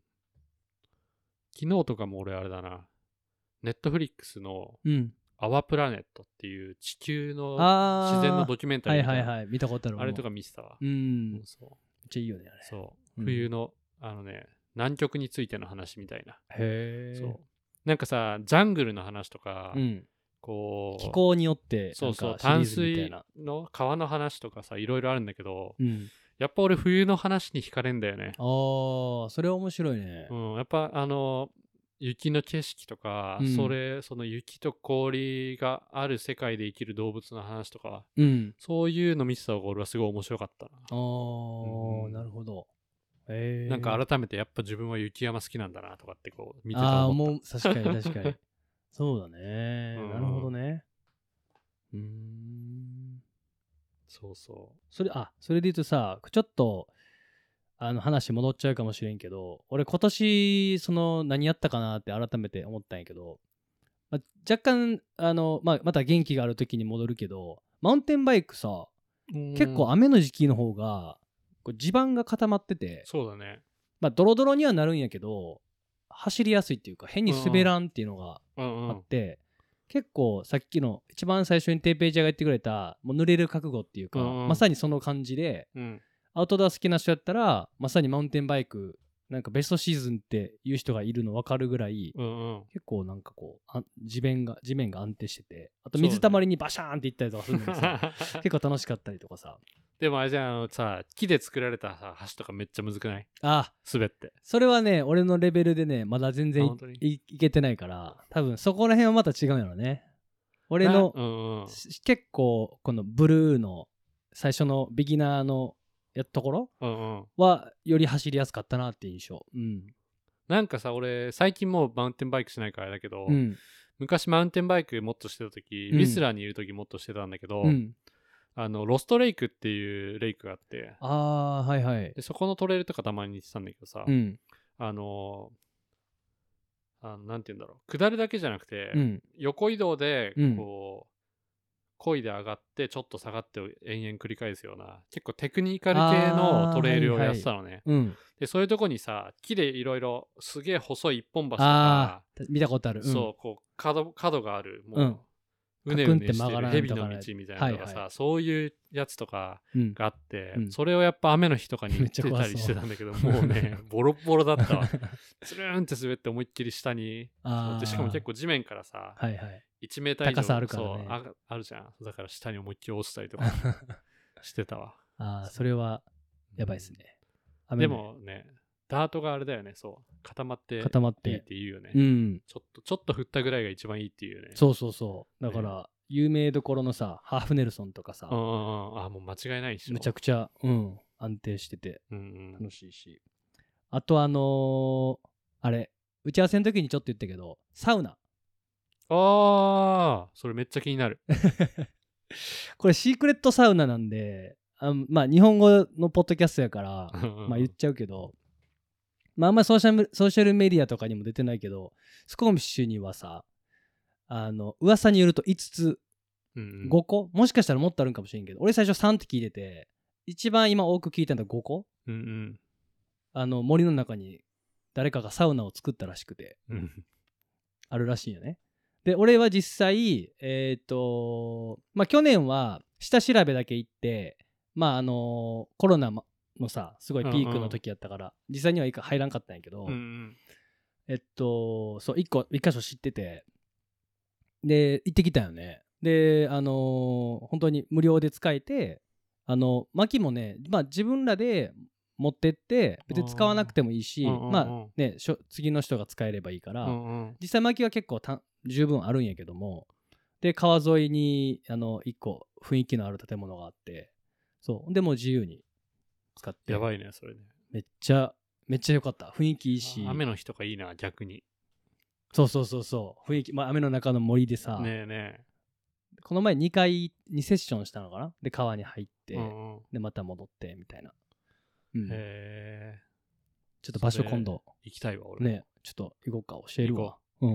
昨日とかも俺あれだなネットフリックスのうん「アワープラネット」っていう地球のああ自然のドキュメンタはリーいみたはいいなはい見たことあるあれとかも見てたわ、ううんめっそうちゃいいよねあれそう、うん冬のあのね南極についての話みたいな、へそうなんかさジャングルの話とか、うんこう気候によってそうそうなんかシリー淡ズみたい水なの川の話とかさいろいろあるんだけどうんやっぱ俺冬の話に惹かれんだよね、ああそれは面白いねうん、やっぱあの雪の景色とか、うんそれその雪と氷がある世界で生きる動物の話とかうんそういうの見てた方が俺はすごい面白かったな、あうあんなるほどへえなんか改めてやっぱ自分は雪山好きなんだなとかってこう見てたああー思ったもう確かに確 かにそうだねうんなるほどねうーんそうそそれあそれで言うとさちょっとあの話戻っちゃうかもしれんけど俺今年その何やったかなって改めて思ったんやけど、まあ、若干あの、まあ、また元気がある時に戻るけどマウンテンバイクさう結構雨の時期の方がこう地盤が固まってて、そうだねまあ、ドロドロにはなるんやけど走りやすいっていうか変に滑らんっていうのがうんうあんって、結構さっきの一番最初にテーページャーが言ってくれたもう濡れる覚悟っていうか、うんうんまさにその感じでうんアウトドア好きな人やったらまさにマウンテンバイクなんかベストシーズンっていう人がいるの分かるぐらいうんうん結構なんかこうあ地面が地面が安定しててあとそうだね水たまりにバシャーンっていったりとかするのにさ結構楽しかったりとかさ でもあれじゃんあのさ木で作られたさ橋とかめっちゃむずくないあ滑ってそれはね俺のレベルでねまだ全然あい本当にいいけてないから多分そこら辺はまた違うよね俺のなうんうんし結構このブルーの最初のビギナーのやところうんうんはより走りやすかったなっていう印象うん、なんかさ俺最近もうマウンテンバイクしないからあれだけど、うん昔マウンテンバイクもっとしてた時、うんミスラーにいる時もっとしてたんだけど、うん、あのロストレイクっていうレイクがあってああーはいはいでそこのトレイルとかたまに行ってたんだけどさ、うんあのあのなんて言うんだろう下るだけじゃなくて、うん横移動でうんこう、漕いで上がってちょっと下がってを延々繰り返すような結構テクニカル系あーのトレイルをはいはやいってたのね、うんでそういうとこにさ木でいろいろすげえ細い一本橋とかああー見たことある、うん、そう、こう角、角がある、もうう、うねうねカしクンって曲てがるらん蛇とかのね道みたいなのがはいはさ、そういうやつとかう、うん、があってうん、それをやっぱ雨の日とかに め行っっちゃて怖たそうりしてたんだけど、もうね、ボロッボロだったわ。つるんって滑って思いっきり下に。 あーでしかも結構地面からさ、は いはい1メーター以上高さあるからそねうああるじゃん。だから下に思いっきり落ちたりと かしてたわ。ああそれはやばいですねで 雨もね、ダートがあれだよね、そう。固まってい固まっていって言うよね。うんちょっと、ちょっと振ったぐらいが一番いいっていうね。そうそうそうだから有名どころのさハーフネルソンとかさ、うんうんうん、あもう間違いないでしょ。むちゃくちゃ、うん、安定しててうんうん、楽しいしあとあのーあれ打ち合わせの時にちょっと言ったけどサウナああそれめっちゃ気になる。これシークレットサウナなんであんまあ日本語のポッドキャストやから ままあ言っちゃうけどまああんまりソーシャルソーシャルメディアとかにも出てないけどスコーミッシュにはさあの噂によると5つうん5個、もしかしたらもっとあるんかもしれんけど俺最初3って聞いてて一番今多く聞いたのが5個うんあの森の中に誰かがサウナを作ったらしくてうんうんあるらしいよね。で俺は実際えっ、とまあ去年は下調べだけ行ってまああのコロナのさすごいピークの時やったから、実際には入らんかったんやけど、うんうんえっとそう一個一箇所知っててで行ってきたよね。であの本当に無料で使えてあの薪もねまあ自分らで持ってって別に使わなくてもいいしうんうんうんまあねしょ次の人が使えればいいから、うんうん実際薪は結構た十分あるんやけどもで川沿いにあの一個雰囲気のある建物があってそうでもう自由に使ってやばいねそれねめっちゃめっちゃ良かった雰囲気いいし雨の日とかいいな逆にそうそうそうそう雰囲気、まあ、雨の中の森でさ、ねえねこの前2回2セッションしたのかなで川に入って、えうんうんでまた戻ってみたいな、うん、ちょへえっと場所それ今度行きたいわ俺もねちょっと行こうか教えるわう、ん、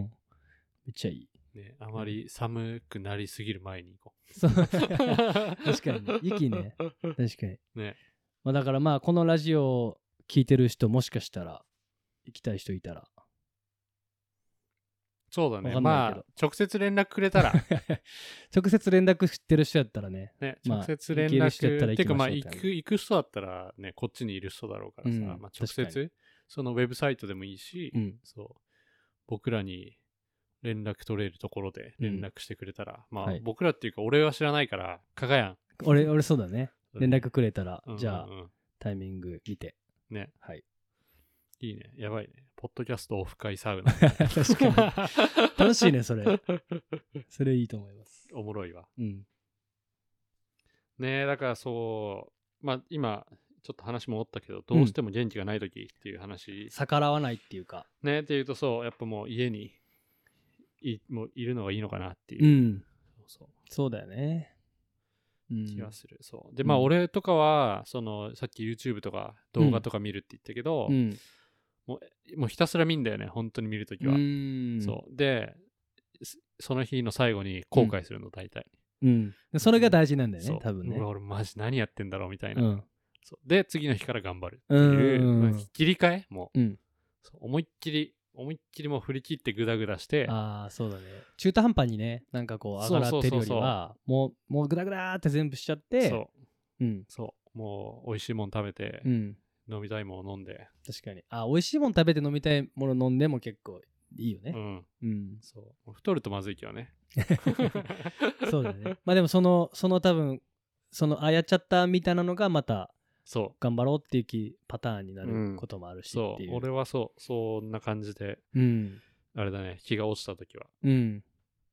めっちゃい いねあまり寒くなりすぎる前に行こそう う確かにね雪ね確かに。 ねまあ、だからまあこのラジオを聞いてる人もしかしたら行きたい人いたら そうだわねかんないまけどあ直接連絡くれたら直接連絡知ってる人やったらねね まあ直接連行ける人やったら絡行きましょうてかまあみ行たいなく行く人だったらねこっちにいる人だろうからさうんまあ直確か接そのウェブサイトでもいいしうんそう僕らに連絡取れるところで連絡してくれたら、まあ、はい僕らっていうか俺は知らないから加賀やん俺俺そうだね連絡くれたら、うんうんうんじゃあタイミング見てねはいいいねやばいねポッドキャストオフ会サウナ 確かに楽しいね それそれいいと思いますおもろいわうんねえだからそうまあ今ちょっと話戻ったけどどうしても元気がない時っていう話、逆らわないっていうかねっていうとそうやっぱもう家にいもういるのがいいのかなっていうう,、んそうそうだよねうん気がする、そうでまあうん俺とかはそのさっき YouTube とか動画とか見るって言ったけど、うんもうひたすら見んだよね、本当に見るときは。うんそう。で、すその日の最後に後悔するの、大体。うんでそれが大事なんだよそうね多分ねうわ俺、マジ何やってんだろうみたいうな、んそう。で、次の日から頑張るっていう、うんまあ切り替えもう、うんそう思いっきり、思いっきりもう振り切ってグダグダして、ああそうだね中途半端にねなんかこう上がらってるよりはもうもうグダグダーって全部しちゃってそう、うんそう、もう美味しいもん食べて、うん飲みたいもん飲んで、確かにあ美味しいもの食べて飲みたいもの飲んでも結構いいようねん、うん、そう。もう太るとまずいけど ね。 そうだね まあでもそのその多分そのあやっちゃったみたいなのがまたそう。頑張ろうっていう気パターンになうんることもあるしっそていうう、俺はそう、そんな感じで、うんあれだね、日が落ちたときはうん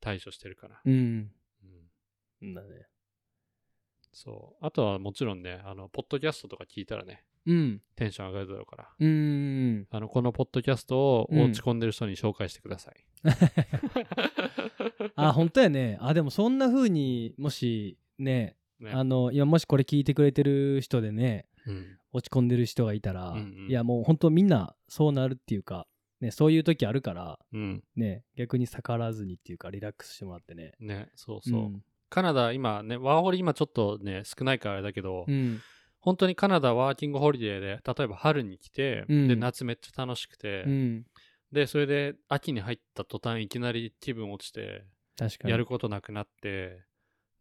対処してるから。うんうんだねそう。あとはもちろんね、あの、ポッドキャストとか聞いたらね、うんテンション上がるだろうから。うんあの、このポッドキャストをうん落ち込んでる人に紹介してくださ い。 あ本当やねあでもそんな風にもしねねあの今もしこれ聞いてくれてる人でねうん落ち込んでる人がいたら、うんうんいやもう本当みんなそうなるっていうか、ね、そういう時あるから、うん。ね、逆に逆らわずにっていうかリラックスしてもらってねね、そうそう。うんカナダ、今ね、ワーホリ今ちょっとね、少ないからあれだけど、うん本当にカナダワーキングホリデーで、例えば春に来て、うんで、夏めっちゃ楽しくて、うんで、それで秋に入った途端、いきなり気分落ちて、確かにやることなくなって、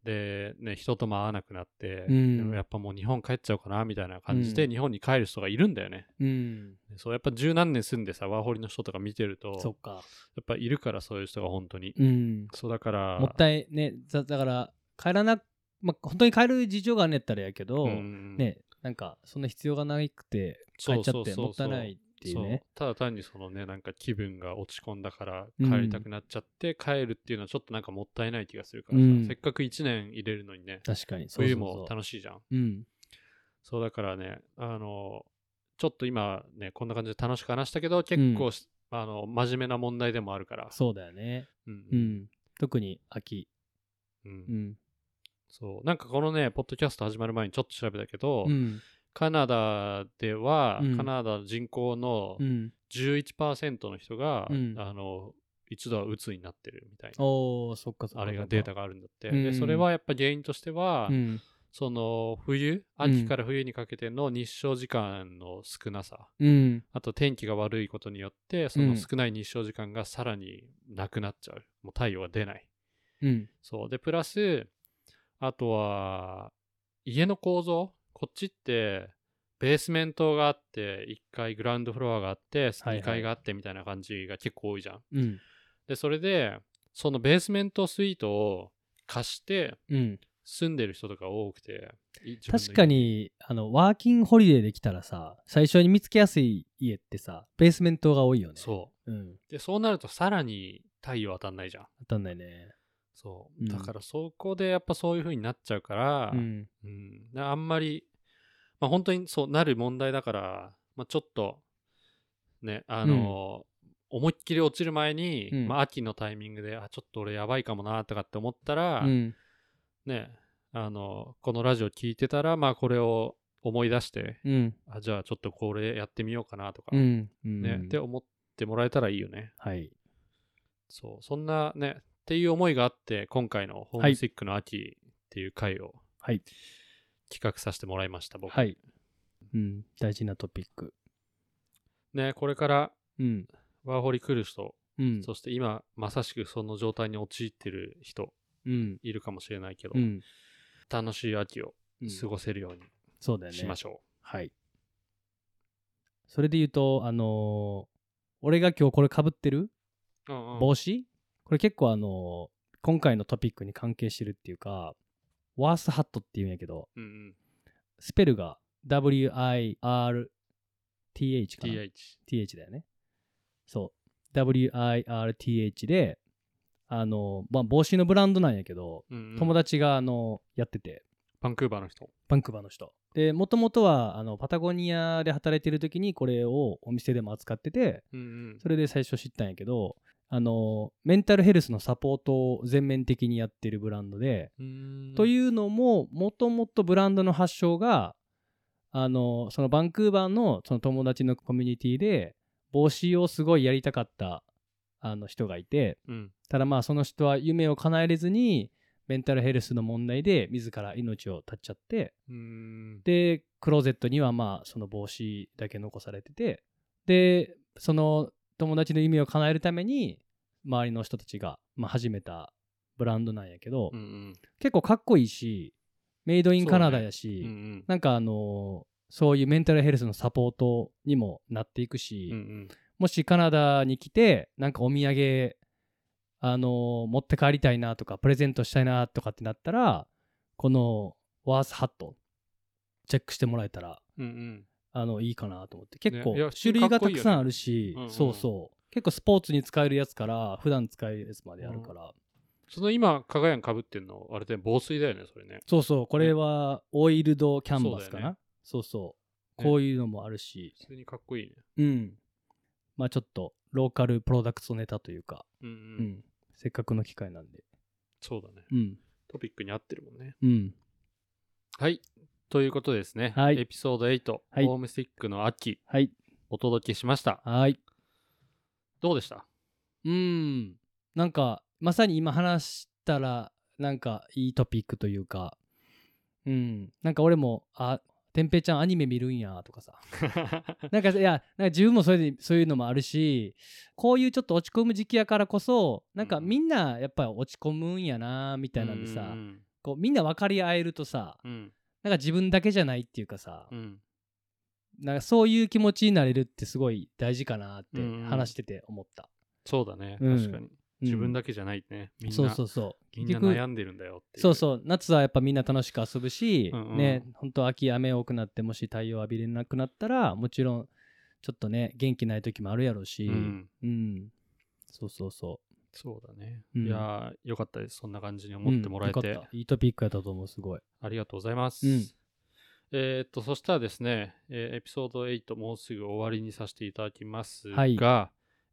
で、ね、人とも会わなくなって、うんでもやっぱもう日本帰っちゃおうかなみたいな感じで、うん日本に帰る人がいるんだよね。うんそう、やっぱ十何年住んでさ、ワーホリの人とか見てると、そやっか、っぱいるからそういう人が本当に。うん、そうだから、もったいねだだから帰らなまあ本当に帰る事情があんねやったらやけど、うんねなんかそんな必要がなくて帰そうっちゃそうそうってそうもったいないっていうねそうただ単にそのね、なんか気分が落ち込んだからうん帰りたくなっちゃって、帰るっていうのはちょっとなんかもったいない気がするからさ、うんせっかく1年入れるのにね、確かにそう冬そうそうも楽しいじゃん。うんそうだからね、あの、ちょっと今ね、こんな感じで楽しく話したけど、結構し、あの、真面目な問題でもあるから。そうだよねうんう。ん特に秋う。うんんそう。なんかこのね、ポッドキャスト始まる前にちょっと調べたけど、うんカナダでは、うんカナダの人口のうん11%の人が、うんあの、一度は鬱になってるみたいな。おーそっかそっかあれがデータがあるんだって、うんでそれはやっぱ原因としては、うんその冬秋から冬にかけての日照時間の少なさ、うんあと天気が悪いことによってその少ない日照時間がさらになくなっちゃう、もう太陽が出ないうんそうでプラスあとは家の構造こっちってベースメントがあって1階グラウンドフロアがあってはい2階があってみたいな感じが結構多いじゃん、うんでそれでそのベースメントスイートを貸してうん住んでる人とか多くて確か、にあのワーキングホリデーできたらさ最初に見つけやすい家ってさベースメントが多いよね、自分の家そうん、うでそうなるとさらに太陽当たんないじゃん当たんないねそううんだからそこでやっぱそういう風になっちゃうから、うんうん、だからあんまり、まあ、本当にそうなる問題だから、まあ、ちょっとねあのー思いっきり落ちる前に、うんまあ、秋のタイミングであちょっと俺やばいかもなとかって思ったら、うんねあのーこのラジオ聞いてたら、まあ、これを思い出してうんあじゃあちょっとこれやってみようかなとか、うんうんねって思ってもらえたらいいよねはいそうそんなねっていう思いがあって今回の「ホームシックの秋」っていう回をはい企画させてもらいました、僕はい、うん、大事なトピックねこれからうんワーホリ来る人、うんそして今まさしくその状態に陥ってる人うんいるかもしれないけど、うん楽しい秋をうん過ごせるようそうだよにねしましょはい。それで言うと、あのー俺が今日これかぶってるう、うんうん帽子、これ結構あのー今回のトピックに関係してるっていうか、ワースハットっていうんやけど、うんうんスペルが WIRTH かな TH TH だよね。そう。WIRTH で、あのーまあ、帽子のブランドなんやけど、うんうん友達が、あのーやってて、バンクーバーの人バンクーバーの人。で、もともとはあのパタゴニアで働いてる時にこれをお店でも扱ってて、うんうんそれで最初知ったんやけど、あの、メンタルヘルスのサポートを全面的にやってるブランドで、うーんというのも、もともとブランドの発祥が、あの、そのバンクーバーのその友達のコミュニティで、帽子をすごいやりたかったあの人がいて、うんただまあその人は夢を叶えれずに、メンタルヘルスの問題で自ら命を絶っちゃって、うーんでクローゼットにはまあその帽子だけ残されててでその友達の夢を叶えるために周りの人たちが、まあ、始めたブランドなんやけど、うんうん結構かっこいいしメイドインカナダやうし、んうんなんかあのーそういうメンタルヘルスのサポートにもなっていくし、うんうんもしカナダに来てなんかお土産あのー持って帰りたいなとかプレゼントしたいなとかってなったらこのワースハットチェックしてもらえたらうんあのいいかなと思って結構いや種類がかったこいいくよねさんあるし、うんうんそうそう結構スポーツに使えるやつから普段使えるやつまであるから、その今加賀屋にかぶってんのあれで防水だよねそれねそうそうこれはオイルドキャンバスかそうだなよそう,、ねそうねこういうのもあるし、普通にかっこいいねうんまあちょっとローカルプロダクトネタというか、うんう、うんんせっかくの機会なんでそうだねうんトピックに合ってるもんねうんはい。ということでですね、はいエピソード8、はいホームスティックの秋、はい。お届けしました。はい。どうで したうん。なんか、まさに今話したら、なんかいいトピックというか、うん。なんか俺も、あ、てんぺいちゃんアニメ見るんやとか さ。なんか、いや、なんか自分もそれで、そういうのもあるし、こういうちょっと落ち込む時期やからこそ、なんかうんみんなやっぱり落ち込むんやなみたいなんでうさ、んこうみんな分かり合えるとさ、うん。なんか自分だけじゃないっていうかさ、うん。なんかそういう気持ちになれるってすごい大事かなってうんうん話してて思った。そうだね。うん確かに。自分だだけじゃないね。みんな、そうそうそう。みんな結局悩んでるんだよっていう。そうそう。夏はやっぱみんな楽しく遊ぶし、うんうんね、本当秋雨多くなって、もし太陽浴びれなくなったら、もちろん、ちょっとね、元気ない時もあるやろうし、うん。ん。そうそうそそうだね。うんいやー、よかったです。そんな感じにう。思ってもらえうんて、よかったいいトピックやったと思う、すごい。ありがとうございます。うんえーっと、そしたらですね、えーエピソード8、もうすぐ終わりにさせていただきますが、はい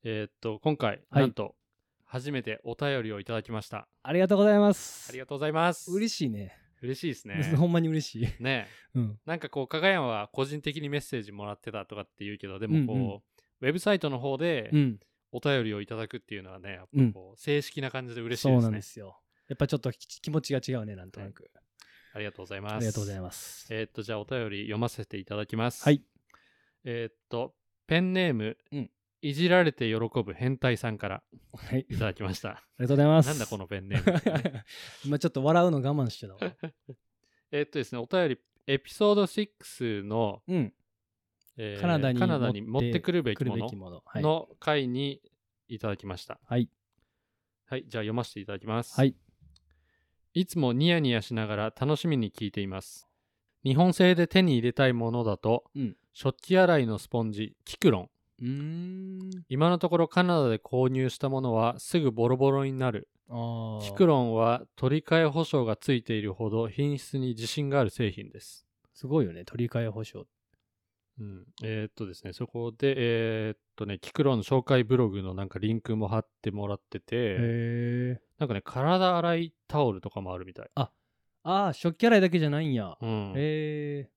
えーっと、今回、はいなんと、初めてお便りをいただきました。ありがとうございます。ありがとうございます。嬉しいね。嬉しいですね。 ほんまに嬉しい。ねえうん。なんかこう、加賀屋は個人的にメッセージもらってたとかって言うけど、でもこう、うんうんウェブサイトの方でうん。お便りをいただくっていうのはね、やっうぱんこう正式な感じで嬉しいそうでなすんねで。すよ。やっぱちょっとき気持ちが違うね、なんとなく。ありがとうございます。ありがとうございまます。えーっと、じゃあお便り読ませていただきます。はい。えーっと、ペンネーム、うんいじられて喜ぶ変態さんからはい。いただきました。ありがとうございます。なんだこのペンネーム。 今ちょっと笑うの我慢してたわ。えーっとですね、お便り、エピソード6の、 うん。えーカナダにカナダに持持っっててくるべき来るもべのきもの。はい。の回にいただきました。はい。はい、じゃあ読ませていただきます。はい。いつもニヤニヤしながら楽しみに聞いています。日本製で手に入れたいものだと、うん食器洗いのスポンジ、キクロン。うーん今のところカナダで購入したものはすぐボロボロになる。ああキクロンは取り替え保証がついているほど品質に自信がある製品です。すごいよね取り替え保証うん、えーっとですね、そこで、えーっとね、キクロンの紹介ブログのなんかリンクも貼ってもらってて、へえなんかね、体洗いタオルとかもあるみたい。ああ食器洗いだけじゃないんやうん、へえ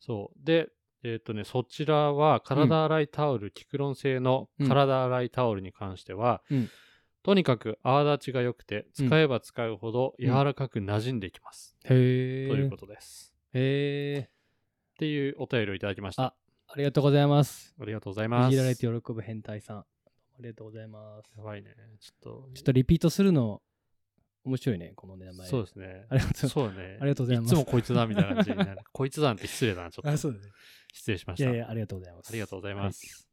そう。で、えーっとね、そちらは体洗いタオル、キクロン製のうん体洗いタオルに関しては、うんとにかく泡立ちが良くて、使えば使うほど柔らかく馴染んできます。へえということです。へえっていうお便りをいただきました。ああありがとうございますりがとうございます。いじられて喜ぶ変態さんありがとうございますやばいね。ちょっと、ちょっとリピートするの面白いねこの名前そうですね。ありがとうそうだね。ありがとうございますいつもこいつだみたいな感じにな る。こいつだって失礼だな、ちょっと。そうだね失礼しましいた。やいやありがとうございますありがとうございます。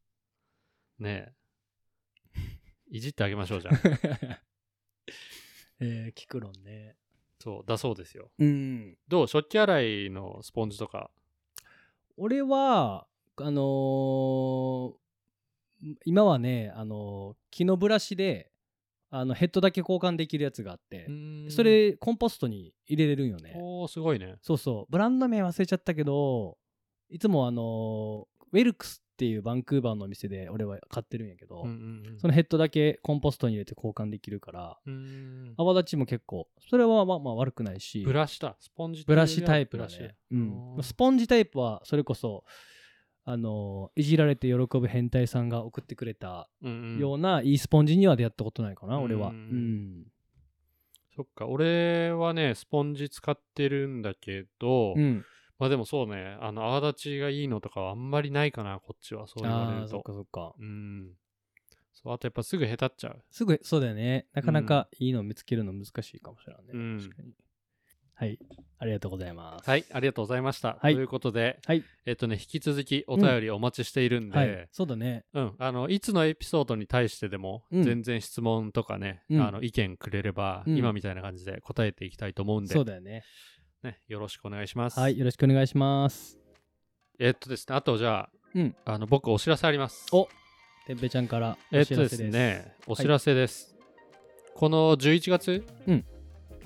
ねえ。いじってあげましょう じゃん。はいえー、キクロンねそう、だそうですよ。うんどう食器洗いのスポンジとか。俺はあのー今はね、あのー木のブラシであのヘッドだけ交換できるやつがあって、そ、れコンポストに入れれるんよねおー、すごいね。そうそうブランド名忘れちゃったけどいつもあのーウェルクスっていうバンクーバーのお店で俺は買ってるんやけど、うんうんうんそのヘッドだけコンポストに入れて交換できるからうん泡立ちも結構それはまあまあ悪くないしブラシだ。スポンジっていブうよラりシはタイプブだラシ。ね、うんあ、ースポンジタイプはそれこそあのいじられて喜ぶ変態さんが送ってくれたうんうよん。うないいスポンジには出会ったことないかな、うん俺は、ううんんそっか、俺はね、スポンジ使ってるんだけど、うん、まあでもそうね、あの、泡立ちがいいのとかはあんまりないかな、こっちは、そう言われあるーそっと。かそっかうん。そう、あとやっぱすぐ下手っちゃう。すぐそうだよねなかなかいいのを見つけるの難しいかもしれないね、うん確かにはいありがとうございますはい、ありがとうございました。はいということで、はいえっとね、引き続きお便りお待ちしているんで、はうい、ん、そうだねあの、いつのエピソードに対してでも、うん全然質問とかね、うんあの、意見くれれば、うん今みたいな感じで答えていきたいと思うんで、そうだよねね、よろしくお願いします。はい、よろしくお願いしますえっとですね、あとじゃあ、うんあの、僕お知らせあります。おてっぺちゃんからえおっ知とらせでですす,、ね、お知らせです。この11月うん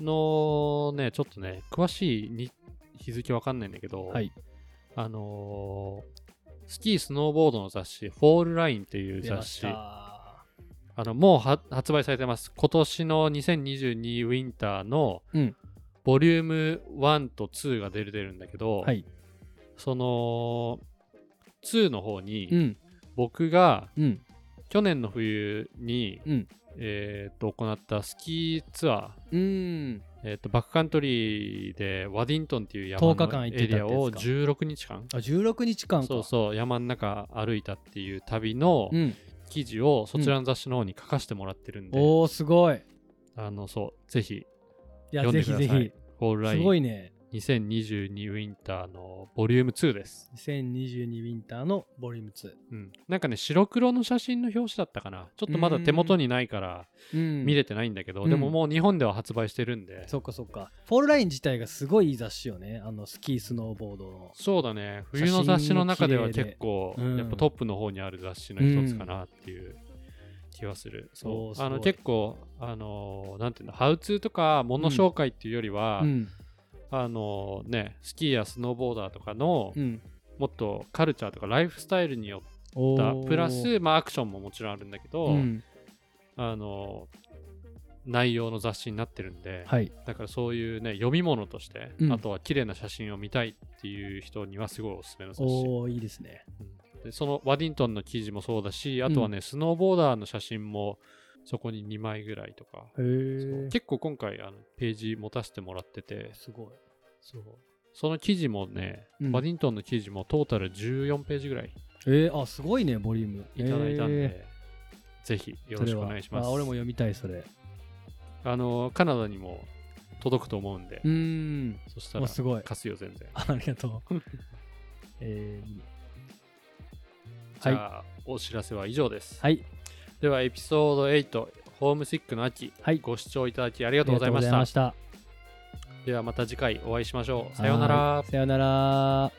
のね、ちょっとね、詳しいに日付わかんないんだけど、はいあのースキー・スノーボードの雑誌、フォールラインっていう出ま雑し誌、たあのもうは発売されてます。今年の2022ウィンターの、うんボリューム1と2が出る出るんだけど、はいその2の方に、うん僕がうん去年の冬に、うんえーっと行ったスキーツアー、うーん。えーっとバックカントリーでワディントンっていう山10日間のエ行ってたってリやアつかを16日間あ、16日間か。そうそう山の中歩いたっていう旅のうん。記事をそちらの雑誌の方に書かせてもらってるんで、おー、すごい。いあのそうぜひや、読んぜでひくださぜいひ。フォールラすイごいンね。 2022ウィンターのボリューム2です、 2022ウィンターのボリュームうん、なんかね白黒の写真の表紙だったかなちょっとまだ手元にないから2。うん見れてないんだけど、うんでももう日本では発売してるんで、そっかそっか。フォールライン自体がすごいいい雑誌よね。あの、スキー、スノーボードの。そうだね冬の雑誌の中では結構、写真も綺麗でうんやっぱトップの方にある雑誌の一つかなっていう気はする、おーそうすごいあの結構あのーなんていうのハウツーとか物紹介っていうよりは、うん。あのーねスキーやスノーボーダーとかの、うん。もっとカルチャーとかライフスタイルによおったープラス、まあ、アクションももちろんあるんだけど、うん。あのー内容の雑誌になってるんで、はい。だからそういうね読み物として、うんあとは綺麗な写真を見たいっていう人にはすごいおすすめの雑誌おー、いいですね。うんでそのワディントンの記事もそうだしあとはね、スノーボーダーの写真もそこに2枚ぐらいとか、へそうー。結構今回あのページ持たせてもらっててすごい。そうその記事もね、うんワディントンの記事もトータル14ページぐらいえー、あ、すごいね、ボリューム。いただいたんえー。で、ぜひよろしくお願いしますそれはあ俺も読みたい、それ。あのカナダにも届くと思うんで、うーん。そしたおらすごい。 貸すよ全然ありがと う。えーじゃあ、お知らせは以上です、はい。ではエピソード8ホームシックの秋、はいご視聴いただきありがあとうございましたした。ではまた次回お会いしましょう。さようなら。さようなら。